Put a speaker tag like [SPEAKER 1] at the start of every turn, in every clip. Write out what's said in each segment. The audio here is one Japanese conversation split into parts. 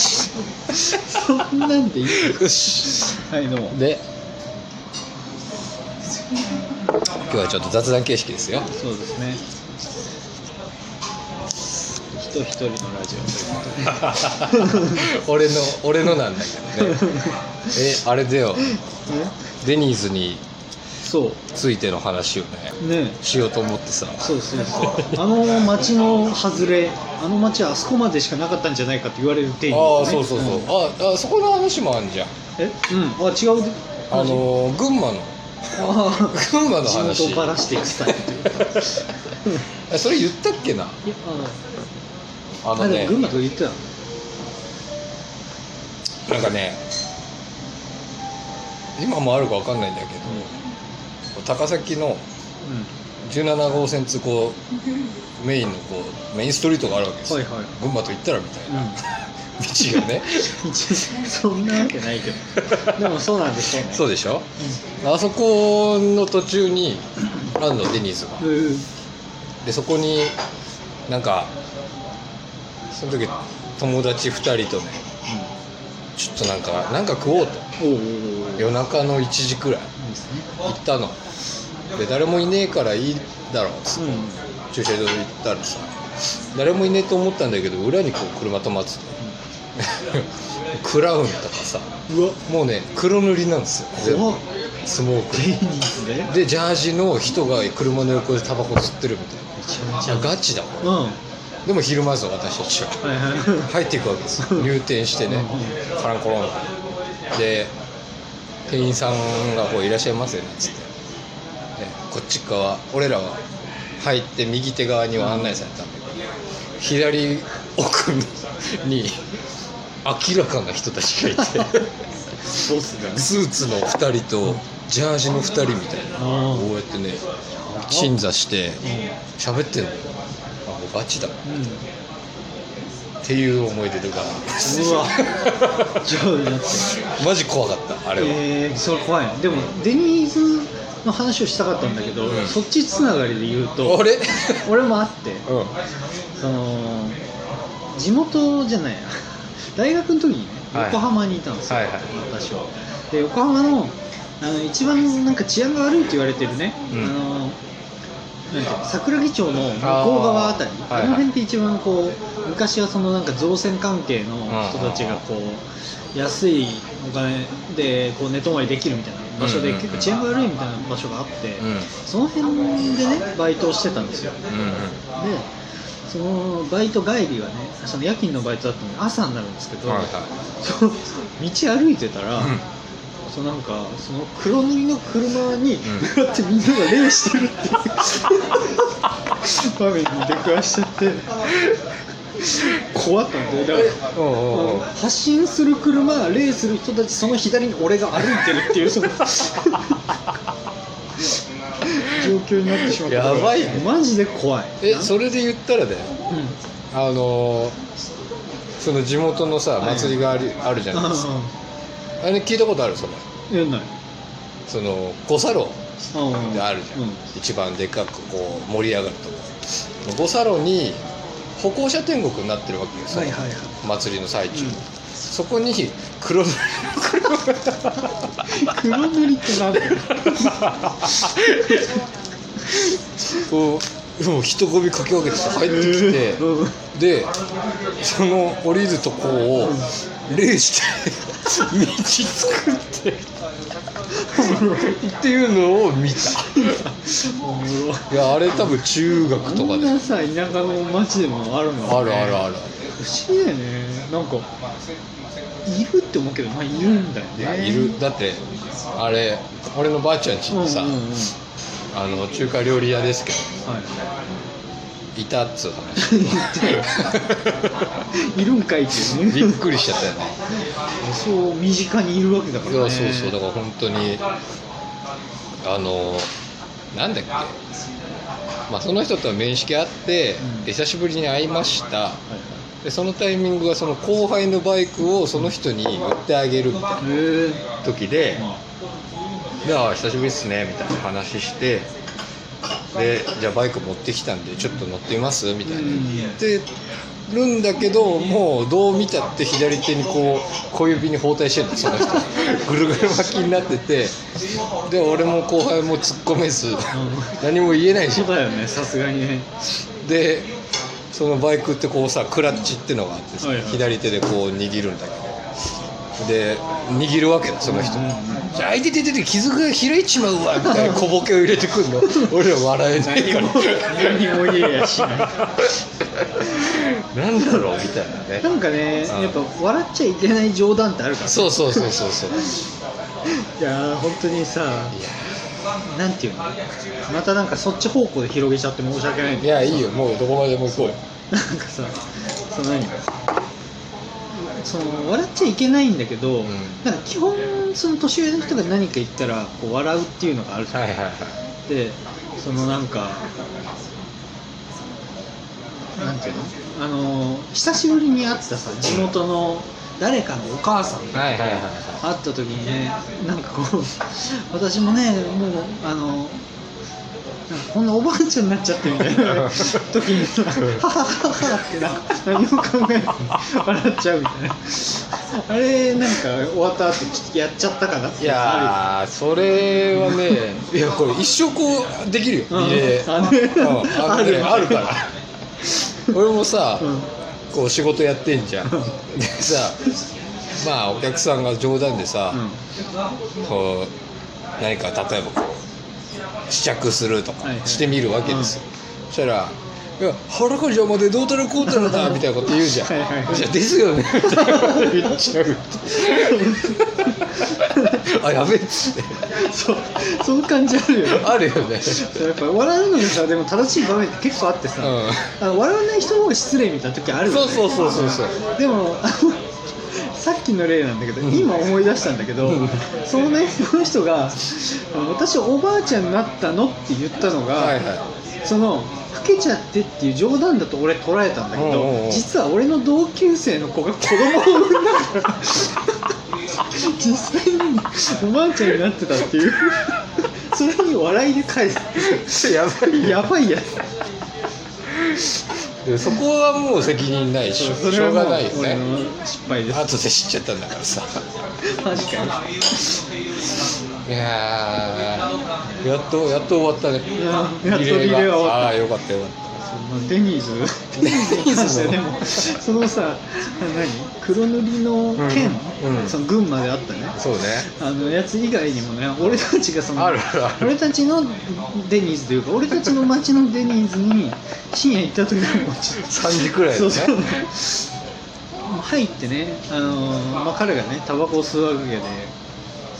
[SPEAKER 1] そんなんでいい
[SPEAKER 2] よし
[SPEAKER 1] はいどうも
[SPEAKER 2] で今日はちょっと雑談形式ですよ
[SPEAKER 1] そうですね人一人のラジオということで
[SPEAKER 2] 俺の俺のなんだけどねえあれだよデニーズに
[SPEAKER 1] そ
[SPEAKER 2] ついての話をね
[SPEAKER 1] うね
[SPEAKER 2] しようと思ってさ
[SPEAKER 1] そうそうそう あの町の外れあの町はあそこまでしかなかったんじゃないかって言われる定義、ね、
[SPEAKER 2] ああそうそうそう、
[SPEAKER 1] ん
[SPEAKER 2] ああそこの話もあんじゃん
[SPEAKER 1] えうんあ違う
[SPEAKER 2] あのー群馬の
[SPEAKER 1] あ
[SPEAKER 2] 群馬
[SPEAKER 1] あ
[SPEAKER 2] の
[SPEAKER 1] 地元
[SPEAKER 2] 話
[SPEAKER 1] をばらしていくスタイルというか
[SPEAKER 2] えそれ言ったっけない
[SPEAKER 1] や
[SPEAKER 2] あ
[SPEAKER 1] あの
[SPEAKER 2] の
[SPEAKER 1] あ
[SPEAKER 2] ね
[SPEAKER 1] でも群馬とか言ってたの
[SPEAKER 2] なんかね今もあるかわかんないんだけど高崎の
[SPEAKER 1] うん、うん、
[SPEAKER 2] 17号線通こうメインのこうメインストリートがあるわけですよ、
[SPEAKER 1] はいはい
[SPEAKER 2] 群馬と言ったらみたいな
[SPEAKER 1] う
[SPEAKER 2] 道が ね
[SPEAKER 1] ん、そんなわけないけどでもそうなんですよね
[SPEAKER 2] そうでしょあそこの途中にあるのデニーズが
[SPEAKER 1] うんうん
[SPEAKER 2] でそこになんかその時友達2人とねちょっとなんかなんか食おうと
[SPEAKER 1] おうおうおう
[SPEAKER 2] 夜中の1時くらい
[SPEAKER 1] いいですね
[SPEAKER 2] 行ったので誰もいねえからいいだろう
[SPEAKER 1] うんうん
[SPEAKER 2] 駐車場行ったらさ誰もいねえと思ったんだけど裏にこう車止まっててクラウンとかさ
[SPEAKER 1] うわ
[SPEAKER 2] もうね黒塗りなんですよ全部
[SPEAKER 1] 怖っ
[SPEAKER 2] スモー
[SPEAKER 1] デニーズで
[SPEAKER 2] クでジャージの人が車の横でタバコ吸ってるみ
[SPEAKER 1] めちゃめち
[SPEAKER 2] たい
[SPEAKER 1] ゃ
[SPEAKER 2] なガチだこ
[SPEAKER 1] うんはい
[SPEAKER 2] れでも昼間ですよ私たちは
[SPEAKER 1] は
[SPEAKER 2] 入っていくわけですよ入店してねカランコロンで店員さんがこういらっしゃいますよねっつってでこっち側俺らは入って右手側には案内されたんだけど左奥に明らかな人たちがい て
[SPEAKER 1] いそうっすね
[SPEAKER 2] スーツの2人とジャージの2人みたいな
[SPEAKER 1] あ
[SPEAKER 2] こうやってね鎮座して喋ってんのよあもうガチだっ
[SPEAKER 1] うん、うん、
[SPEAKER 2] ていう思い出があります
[SPEAKER 1] うわじゃあだって
[SPEAKER 2] マジ怖かったあれは、
[SPEAKER 1] えー、それ怖いなでもデニーズの話をしたかったんだけど、
[SPEAKER 2] うん
[SPEAKER 1] そっちつながりで言うと
[SPEAKER 2] あれ
[SPEAKER 1] 俺もあって
[SPEAKER 2] うん
[SPEAKER 1] その地元じゃないや大学の時にね
[SPEAKER 2] はい
[SPEAKER 1] 横浜にいたんですよ、
[SPEAKER 2] はいはい
[SPEAKER 1] 私はで横浜のあの一番なんか治安が悪いって言われてるね、
[SPEAKER 2] うん
[SPEAKER 1] あのなんていうの桜木町の向こう側あたり
[SPEAKER 2] あー
[SPEAKER 1] あ,、
[SPEAKER 2] はいはい
[SPEAKER 1] の辺って一番こう昔はそのなんか造船関係の人たちがこう、安いお金でこう寝泊まりできるみたいな場所で
[SPEAKER 2] うんうんうん
[SPEAKER 1] 結構治安が悪いみたいな場所があって、
[SPEAKER 2] うん
[SPEAKER 1] その辺でねバイトをしてたんですよ、
[SPEAKER 2] う
[SPEAKER 1] でそのバイト帰りはねその夜勤のバイトだったので朝になるんですけど、
[SPEAKER 2] んはい
[SPEAKER 1] その道歩いてたら、
[SPEAKER 2] はい
[SPEAKER 1] そのなんかその黒塗りの車に
[SPEAKER 2] ん
[SPEAKER 1] 向かって みんなが礼してるっていう、場面に出くわしちゃって怖かったんでだか
[SPEAKER 2] う
[SPEAKER 1] ら。
[SPEAKER 2] んうんうんうん
[SPEAKER 1] 発進する車、レーする人たち、その左に俺が歩いてるっていう、その 状況になってしまったから
[SPEAKER 2] やばいね
[SPEAKER 1] マジで怖い。
[SPEAKER 2] えそれで言ったらだよ
[SPEAKER 1] うん
[SPEAKER 2] あのーその地元のさ
[SPEAKER 1] はい
[SPEAKER 2] 祭りがあるあるじゃないですか
[SPEAKER 1] あ
[SPEAKER 2] あれ聞いたことあるそれ
[SPEAKER 1] あやんない
[SPEAKER 2] その五サロンで
[SPEAKER 1] あ
[SPEAKER 2] あるじゃん、
[SPEAKER 1] うん
[SPEAKER 2] 一番でかくこう盛り上がるとこ五サロンに歩行者天国になってるわけよその
[SPEAKER 1] はいはいはい
[SPEAKER 2] 祭りの最中、
[SPEAKER 1] うん
[SPEAKER 2] そこに黒塗りの車が
[SPEAKER 1] 黒塗りってなんだよ
[SPEAKER 2] こうもう人混みかき分けて入ってきて、
[SPEAKER 1] うん
[SPEAKER 2] でその降りるとこを礼して道作ってっていうのを見
[SPEAKER 1] おもろ
[SPEAKER 2] たいやあれ多分中学と
[SPEAKER 1] こ
[SPEAKER 2] か
[SPEAKER 1] ん
[SPEAKER 2] で
[SPEAKER 1] なさ田舎の町でもあるの
[SPEAKER 2] あるあるある
[SPEAKER 1] 不思議だよねなんかいるって思うけどまあいるんだよ
[SPEAKER 2] いや
[SPEAKER 1] ね
[SPEAKER 2] いるだってあれ俺のばあちゃんち
[SPEAKER 1] うんうん
[SPEAKER 2] に
[SPEAKER 1] うん
[SPEAKER 2] さ、あの中華料理屋ですけ
[SPEAKER 1] は
[SPEAKER 2] どいたっつう話
[SPEAKER 1] いいるんかいっていう
[SPEAKER 2] びっ
[SPEAKER 1] ね
[SPEAKER 2] くりしちゃったよね
[SPEAKER 1] そう身近にいるわけだか
[SPEAKER 2] い
[SPEAKER 1] ら
[SPEAKER 2] や
[SPEAKER 1] ね
[SPEAKER 2] そうそうだから本当にあのなんだっけまあその人とは面識あって、
[SPEAKER 1] うん
[SPEAKER 2] で久しぶりに会いました
[SPEAKER 1] はい
[SPEAKER 2] でそのタイミングがその後輩のバイクをその人に乗ってあげるみたい
[SPEAKER 1] はいへえ
[SPEAKER 2] な時で「でああ久しぶりっすね」みたいな話してで「じゃあバイク持ってきたんでちょっと乗ってみます」みたいな
[SPEAKER 1] うん
[SPEAKER 2] 言ってるんだけどもうどう見たって左手にこう小指に包帯してるのその人ぐるぐる巻きになっててで俺も後輩も突っ込めず何も言えないし
[SPEAKER 1] そうだよねさすがにね
[SPEAKER 2] でそのバイクってこうさクラッチってのがあってさ、
[SPEAKER 1] はいはい
[SPEAKER 2] 左手でこう握るんだけどで握るわけだその人、
[SPEAKER 1] うんうんうん
[SPEAKER 2] じゃあ相手手で傷が開いちまうわみ たいな小ボケを入れてくるの俺ら笑えないから
[SPEAKER 1] 何も言えやしない
[SPEAKER 2] なんだろうみたいなね
[SPEAKER 1] なんかね
[SPEAKER 2] うん
[SPEAKER 1] やっぱ笑っちゃいけない冗談ってあるから
[SPEAKER 2] そうそうそうそうそう
[SPEAKER 1] いやー本当にさ
[SPEAKER 2] いや
[SPEAKER 1] なんていうのまたなんかそっち方向で広げちゃって申し訳ないん
[SPEAKER 2] い
[SPEAKER 1] だ
[SPEAKER 2] やいいよもうどこまでも行こうよ
[SPEAKER 1] けどなんかさその何その笑っちゃいけないんだけど、
[SPEAKER 2] ん
[SPEAKER 1] なんか基本その年上の人が何か言ったらこう笑うっていうのがあるじゃん、
[SPEAKER 2] はいはいはい
[SPEAKER 1] でそのなんかなんていうのあの久しぶりに会ってたさ地元の誰かのお母さん
[SPEAKER 2] はいはいはい
[SPEAKER 1] 会った時にねなんかこう私もねもうあのなんかこんなおばあちゃんになっちゃってみたいな時にさ「はははは」ってなんか何も考えずに笑っちゃうみたいなあれなんか終わった後ちょっとやっちゃったかなって
[SPEAKER 2] いやーそれはね いやこれ一生こうできるよ
[SPEAKER 1] うん
[SPEAKER 2] リレー
[SPEAKER 1] あね
[SPEAKER 2] うんあるね
[SPEAKER 1] あ
[SPEAKER 2] あ
[SPEAKER 1] る
[SPEAKER 2] る から俺もさ
[SPEAKER 1] うん
[SPEAKER 2] こう仕事やってんじゃん
[SPEAKER 1] うん
[SPEAKER 2] でさまあお客さんが冗談でさ
[SPEAKER 1] うん
[SPEAKER 2] こう何か例えばこう試着するとか
[SPEAKER 1] はいはい
[SPEAKER 2] してみるわけですよ、そしたら「いや腹が邪魔でどうたらこうたらだ」みたいなこと言うじゃん「
[SPEAKER 1] はいはいはい
[SPEAKER 2] じゃあです よね」みたいなこと言っちゃうってあやべえっつって
[SPEAKER 1] そうそういう感じあるよね
[SPEAKER 2] あるよね
[SPEAKER 1] やっぱ笑うのにさでも正しい場面って結構あってさ、
[SPEAKER 2] う
[SPEAKER 1] あの笑わない人の方が失礼みたいな時あるよね
[SPEAKER 2] そうそうそうそうそう
[SPEAKER 1] でもあのさっきの例なんだけど、
[SPEAKER 2] ん
[SPEAKER 1] 今思い出したんだけど、
[SPEAKER 2] うん
[SPEAKER 1] そのねその人があの「私おばあちゃんになったの?」って言ったのが、
[SPEAKER 2] はいはい
[SPEAKER 1] その「老けちゃって」っていう冗談だと俺捉えたんだけど、
[SPEAKER 2] うんうんうん
[SPEAKER 1] 実は俺の同級生の子が子供を産んだから実際におばあちゃんになってたっていうそれに笑いで返す
[SPEAKER 2] やばい
[SPEAKER 1] やばいやつ
[SPEAKER 2] でそこはもう責任ないでしょ
[SPEAKER 1] そ
[SPEAKER 2] し
[SPEAKER 1] れは
[SPEAKER 2] ょう
[SPEAKER 1] も
[SPEAKER 2] が
[SPEAKER 1] う
[SPEAKER 2] ないよ
[SPEAKER 1] 俺
[SPEAKER 2] ね
[SPEAKER 1] の失敗です
[SPEAKER 2] 後で知っちゃったんだからさ
[SPEAKER 1] 確かに
[SPEAKER 2] いやーやっとやっと終わったね
[SPEAKER 1] いややっとリレー
[SPEAKER 2] あ
[SPEAKER 1] は終わ
[SPEAKER 2] あ
[SPEAKER 1] っ
[SPEAKER 2] ーよかったよかった
[SPEAKER 1] たそのデニーズデニー ズでもそのさ何黒塗りの剣、
[SPEAKER 2] うんうん
[SPEAKER 1] その群馬であったね
[SPEAKER 2] そうね
[SPEAKER 1] あのやつ以外にもね俺たちがその
[SPEAKER 2] あるあるある
[SPEAKER 1] 俺たちのデニーズというか俺たちの町のデニーズに深夜行った時にもちょっと
[SPEAKER 2] 3時くらい
[SPEAKER 1] そ
[SPEAKER 2] の
[SPEAKER 1] う
[SPEAKER 2] ね
[SPEAKER 1] そう入ってね、あのーまあ、彼がねタバコを吸うわけで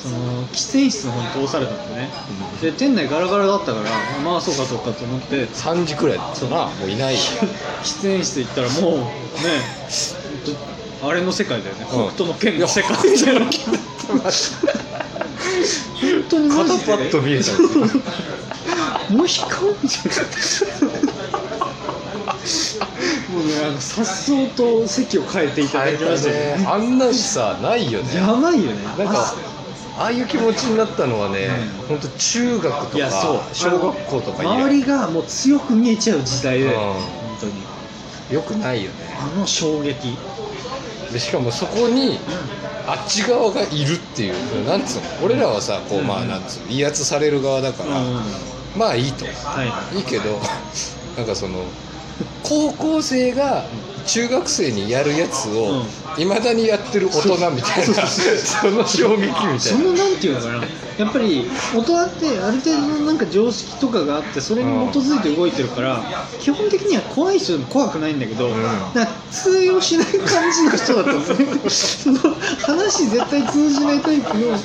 [SPEAKER 1] その喫煙室の方に通されたんでね、で店内ガラガラだったからまあそうかそうかと思って
[SPEAKER 2] 3時くらいだったなもうい ないよ
[SPEAKER 1] 喫煙室行ったらもうねほんとあれの世界だよね、北斗の剣の世界みたいな本当にマジで
[SPEAKER 2] 肩パッと見えた
[SPEAKER 1] もう引かんじゃんもうねあの颯爽と席を変えていただきましたよね
[SPEAKER 2] あんなんさないよね
[SPEAKER 1] やばいよね
[SPEAKER 2] なんか
[SPEAKER 1] あ
[SPEAKER 2] ああいう気持ちになったのはね
[SPEAKER 1] うん
[SPEAKER 2] 本当中学と
[SPEAKER 1] いやそう
[SPEAKER 2] か小学校とか以来
[SPEAKER 1] 周りがもう強く見えちゃう時代だよ、
[SPEAKER 2] うん
[SPEAKER 1] 本当に
[SPEAKER 2] よくないよね
[SPEAKER 1] あの衝撃
[SPEAKER 2] でしかもそこにあっち側がいるっていうなんつうの俺らはさこう
[SPEAKER 1] うん
[SPEAKER 2] まあなんつうの威圧される側だか
[SPEAKER 1] うん
[SPEAKER 2] らまあいいと
[SPEAKER 1] はい
[SPEAKER 2] いいけど なんかその高校生が中学生にやるやつをいまだにやってる大人みたいなその衝撃みたいな
[SPEAKER 1] そのなんていうのかなやっぱり大人ってある程度のなんか常識とかがあってそれに基づいて動いてるから、基本的には怖い人でも怖くないんだけど、
[SPEAKER 2] ん
[SPEAKER 1] なんか通用しない感じの人だったんですねその話絶対通じないタイプの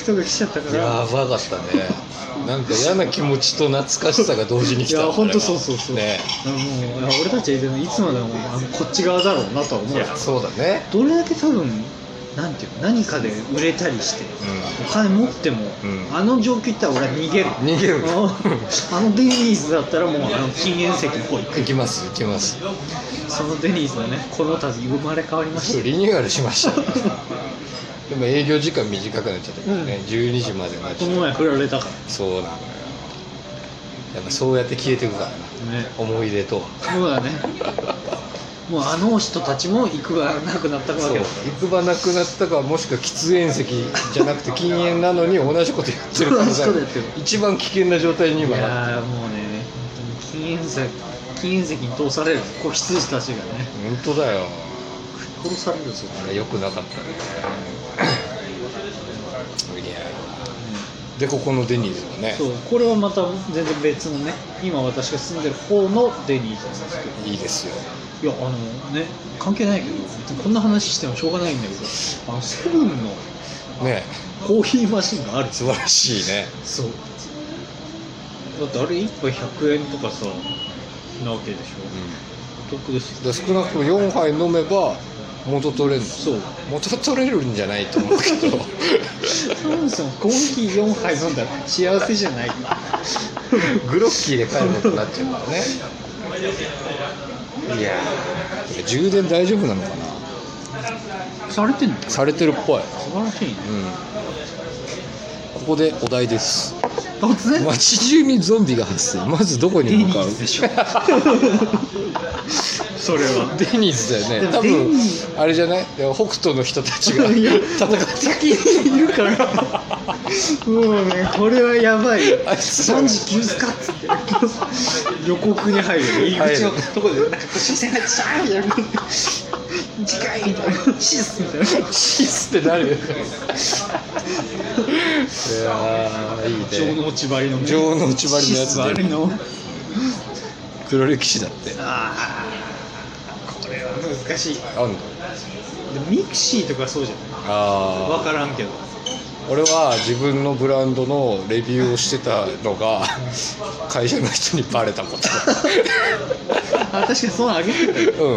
[SPEAKER 1] 人が来ちゃったから
[SPEAKER 2] やばかったねなんか嫌な気持ちと懐かしさが同時に来
[SPEAKER 1] い
[SPEAKER 2] た
[SPEAKER 1] や本
[SPEAKER 2] これ
[SPEAKER 1] 当
[SPEAKER 2] は
[SPEAKER 1] そうそうそう、
[SPEAKER 2] ね
[SPEAKER 1] あのもういや俺たちはでもいつまでもあのこっち側だろうなとは思
[SPEAKER 2] いう
[SPEAKER 1] よ
[SPEAKER 2] やそうだね
[SPEAKER 1] どれだけ多分なんていうの何かで売れたりして
[SPEAKER 2] う
[SPEAKER 1] お金持っても、
[SPEAKER 2] うん
[SPEAKER 1] あの状況いったら俺は逃げる
[SPEAKER 2] 逃げる
[SPEAKER 1] あのあのデニーズだったらもうあの禁煙席の方行
[SPEAKER 2] 行きます行きますちょ
[SPEAKER 1] くそのデニーズのねこの度生まれ変わりま
[SPEAKER 2] っ
[SPEAKER 1] し
[SPEAKER 2] とリニューアルしましたでも営業時間短くなっちゃったからね、
[SPEAKER 1] うん
[SPEAKER 2] 12時までになったちゃ
[SPEAKER 1] こ
[SPEAKER 2] っ
[SPEAKER 1] の前振られたか
[SPEAKER 2] たそうなのよやっぱそうやって消えていくからな
[SPEAKER 1] らね
[SPEAKER 2] 思い出とは
[SPEAKER 1] そうだねもうあの人たちも行くがなくなったわ
[SPEAKER 2] そう
[SPEAKER 1] けだ
[SPEAKER 2] 行く場なくなったかもしくは喫煙席じゃなくて禁煙なのに同じことやってるからさ
[SPEAKER 1] そうだよ
[SPEAKER 2] 一番危険な状態に
[SPEAKER 1] い
[SPEAKER 2] 今なっ
[SPEAKER 1] やーもうね本当に禁煙席禁煙席に通される子羊たちがね
[SPEAKER 2] てる本当だよ
[SPEAKER 1] 殺されるぞ、
[SPEAKER 2] あれ良くなかったねいやでここのデニーズはね
[SPEAKER 1] そうこれはまた全然別のね今私が住んでる方のデニーズなんですけど
[SPEAKER 2] いいですよ
[SPEAKER 1] いやあのね関係ないけど別にこんな話してもしょうがないんだけどあのセブンの
[SPEAKER 2] ね
[SPEAKER 1] コーヒーマシンがある
[SPEAKER 2] 素晴らしいね
[SPEAKER 1] そうだってあれ1杯100円とかさなわけでしょお得ですよ
[SPEAKER 2] で少なくとも4杯飲めば元取れるの
[SPEAKER 1] そう
[SPEAKER 2] 元取れるんじゃないと思うけど
[SPEAKER 1] そもそもコーヒー4杯飲んだら幸せじゃない
[SPEAKER 2] グロッキーで帰ることになっちゃうからねいやー充電大丈夫なのかな
[SPEAKER 1] されてんの
[SPEAKER 2] されてるっぽい、
[SPEAKER 1] 素晴らしいね
[SPEAKER 2] うん、ここでお題 です
[SPEAKER 1] 突然
[SPEAKER 2] 街中にゾンビが発生まずどこ
[SPEAKER 1] デ
[SPEAKER 2] に
[SPEAKER 1] ニ
[SPEAKER 2] 向かう
[SPEAKER 1] ーズでしょそれは
[SPEAKER 2] デニーズだよね多
[SPEAKER 1] でもデニ
[SPEAKER 2] 分
[SPEAKER 1] ー
[SPEAKER 2] あれじゃないいや北斗の人たち が
[SPEAKER 1] いや
[SPEAKER 2] 戦って
[SPEAKER 1] 先にいるからもうねこれはやばいよ
[SPEAKER 2] あいつ
[SPEAKER 1] 3時急すかっつって予告に入る入り口のとこでなんか視線がジャーンやる次回みたいなシスみたいな
[SPEAKER 2] シスってなるよねいやーいいね
[SPEAKER 1] 情の落ち張りのね
[SPEAKER 2] 情の落ち張りのやつだよ
[SPEAKER 1] シスありの
[SPEAKER 2] 黒歴史だって
[SPEAKER 1] あーこれは難しいで
[SPEAKER 2] あんの
[SPEAKER 1] ミクシーとかそうじゃない
[SPEAKER 2] あ
[SPEAKER 1] 分
[SPEAKER 2] あ
[SPEAKER 1] からんけど
[SPEAKER 2] 俺は自分のブランドのレビューをしてたのが会社の人にバレたこと
[SPEAKER 1] あ確かにそのあげてたよ
[SPEAKER 2] うん